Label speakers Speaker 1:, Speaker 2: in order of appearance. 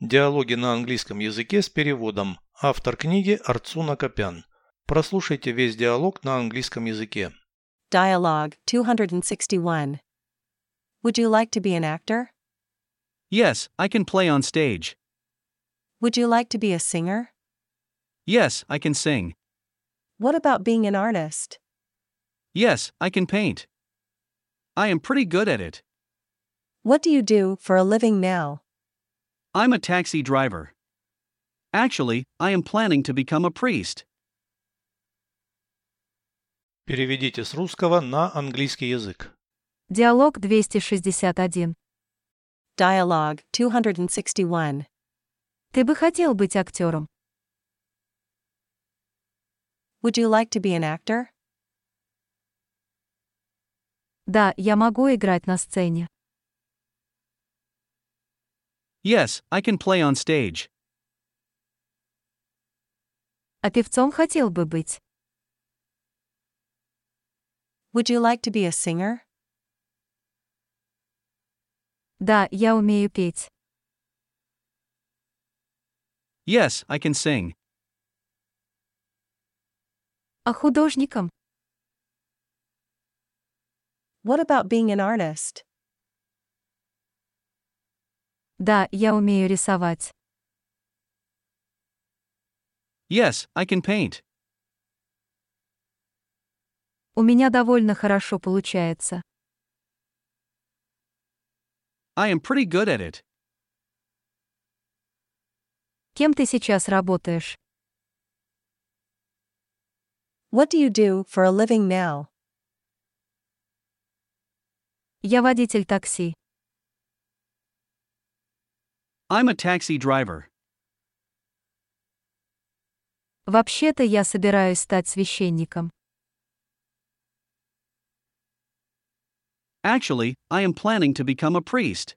Speaker 1: Диалоги на английском языке с переводом. Автор книги Арцуна Копян. Прослушайте весь диалог на английском языке.
Speaker 2: Dialogue 261. Would you like to be an actor?
Speaker 3: Yes, I can play on stage.
Speaker 2: Would you like to be a singer?
Speaker 3: Yes, I can sing.
Speaker 2: What about being an artist?
Speaker 3: Yes, I can paint. I am pretty good at it.
Speaker 2: What do you do for a living now?
Speaker 3: I'm a taxi driver. Actually, I am planning to become a priest.
Speaker 1: Переведите с русского на английский язык.
Speaker 4: Диалог 261.
Speaker 2: Dialogue 261.
Speaker 4: Ты бы хотел быть актером?
Speaker 2: Would you like to be an actor?
Speaker 4: Да, я могу играть на сцене.
Speaker 3: Yes, I can play on stage.
Speaker 4: А певцом хотел бы быть?
Speaker 2: Would you like to be a singer?
Speaker 4: Да, я умею петь.
Speaker 3: Yes, I can sing.
Speaker 4: А художником?
Speaker 2: What about being an artist?
Speaker 4: Да, я умею рисовать.
Speaker 3: Yes, I can paint.
Speaker 4: У меня довольно хорошо получается.
Speaker 3: I am pretty good at it.
Speaker 4: Кем ты сейчас работаешь?
Speaker 2: What do you do for a living now?
Speaker 4: Я водитель такси.
Speaker 3: I'm a taxi driver.
Speaker 4: Вообще-то я собираюсь стать священником.
Speaker 3: Actually, I am planning to become a priest.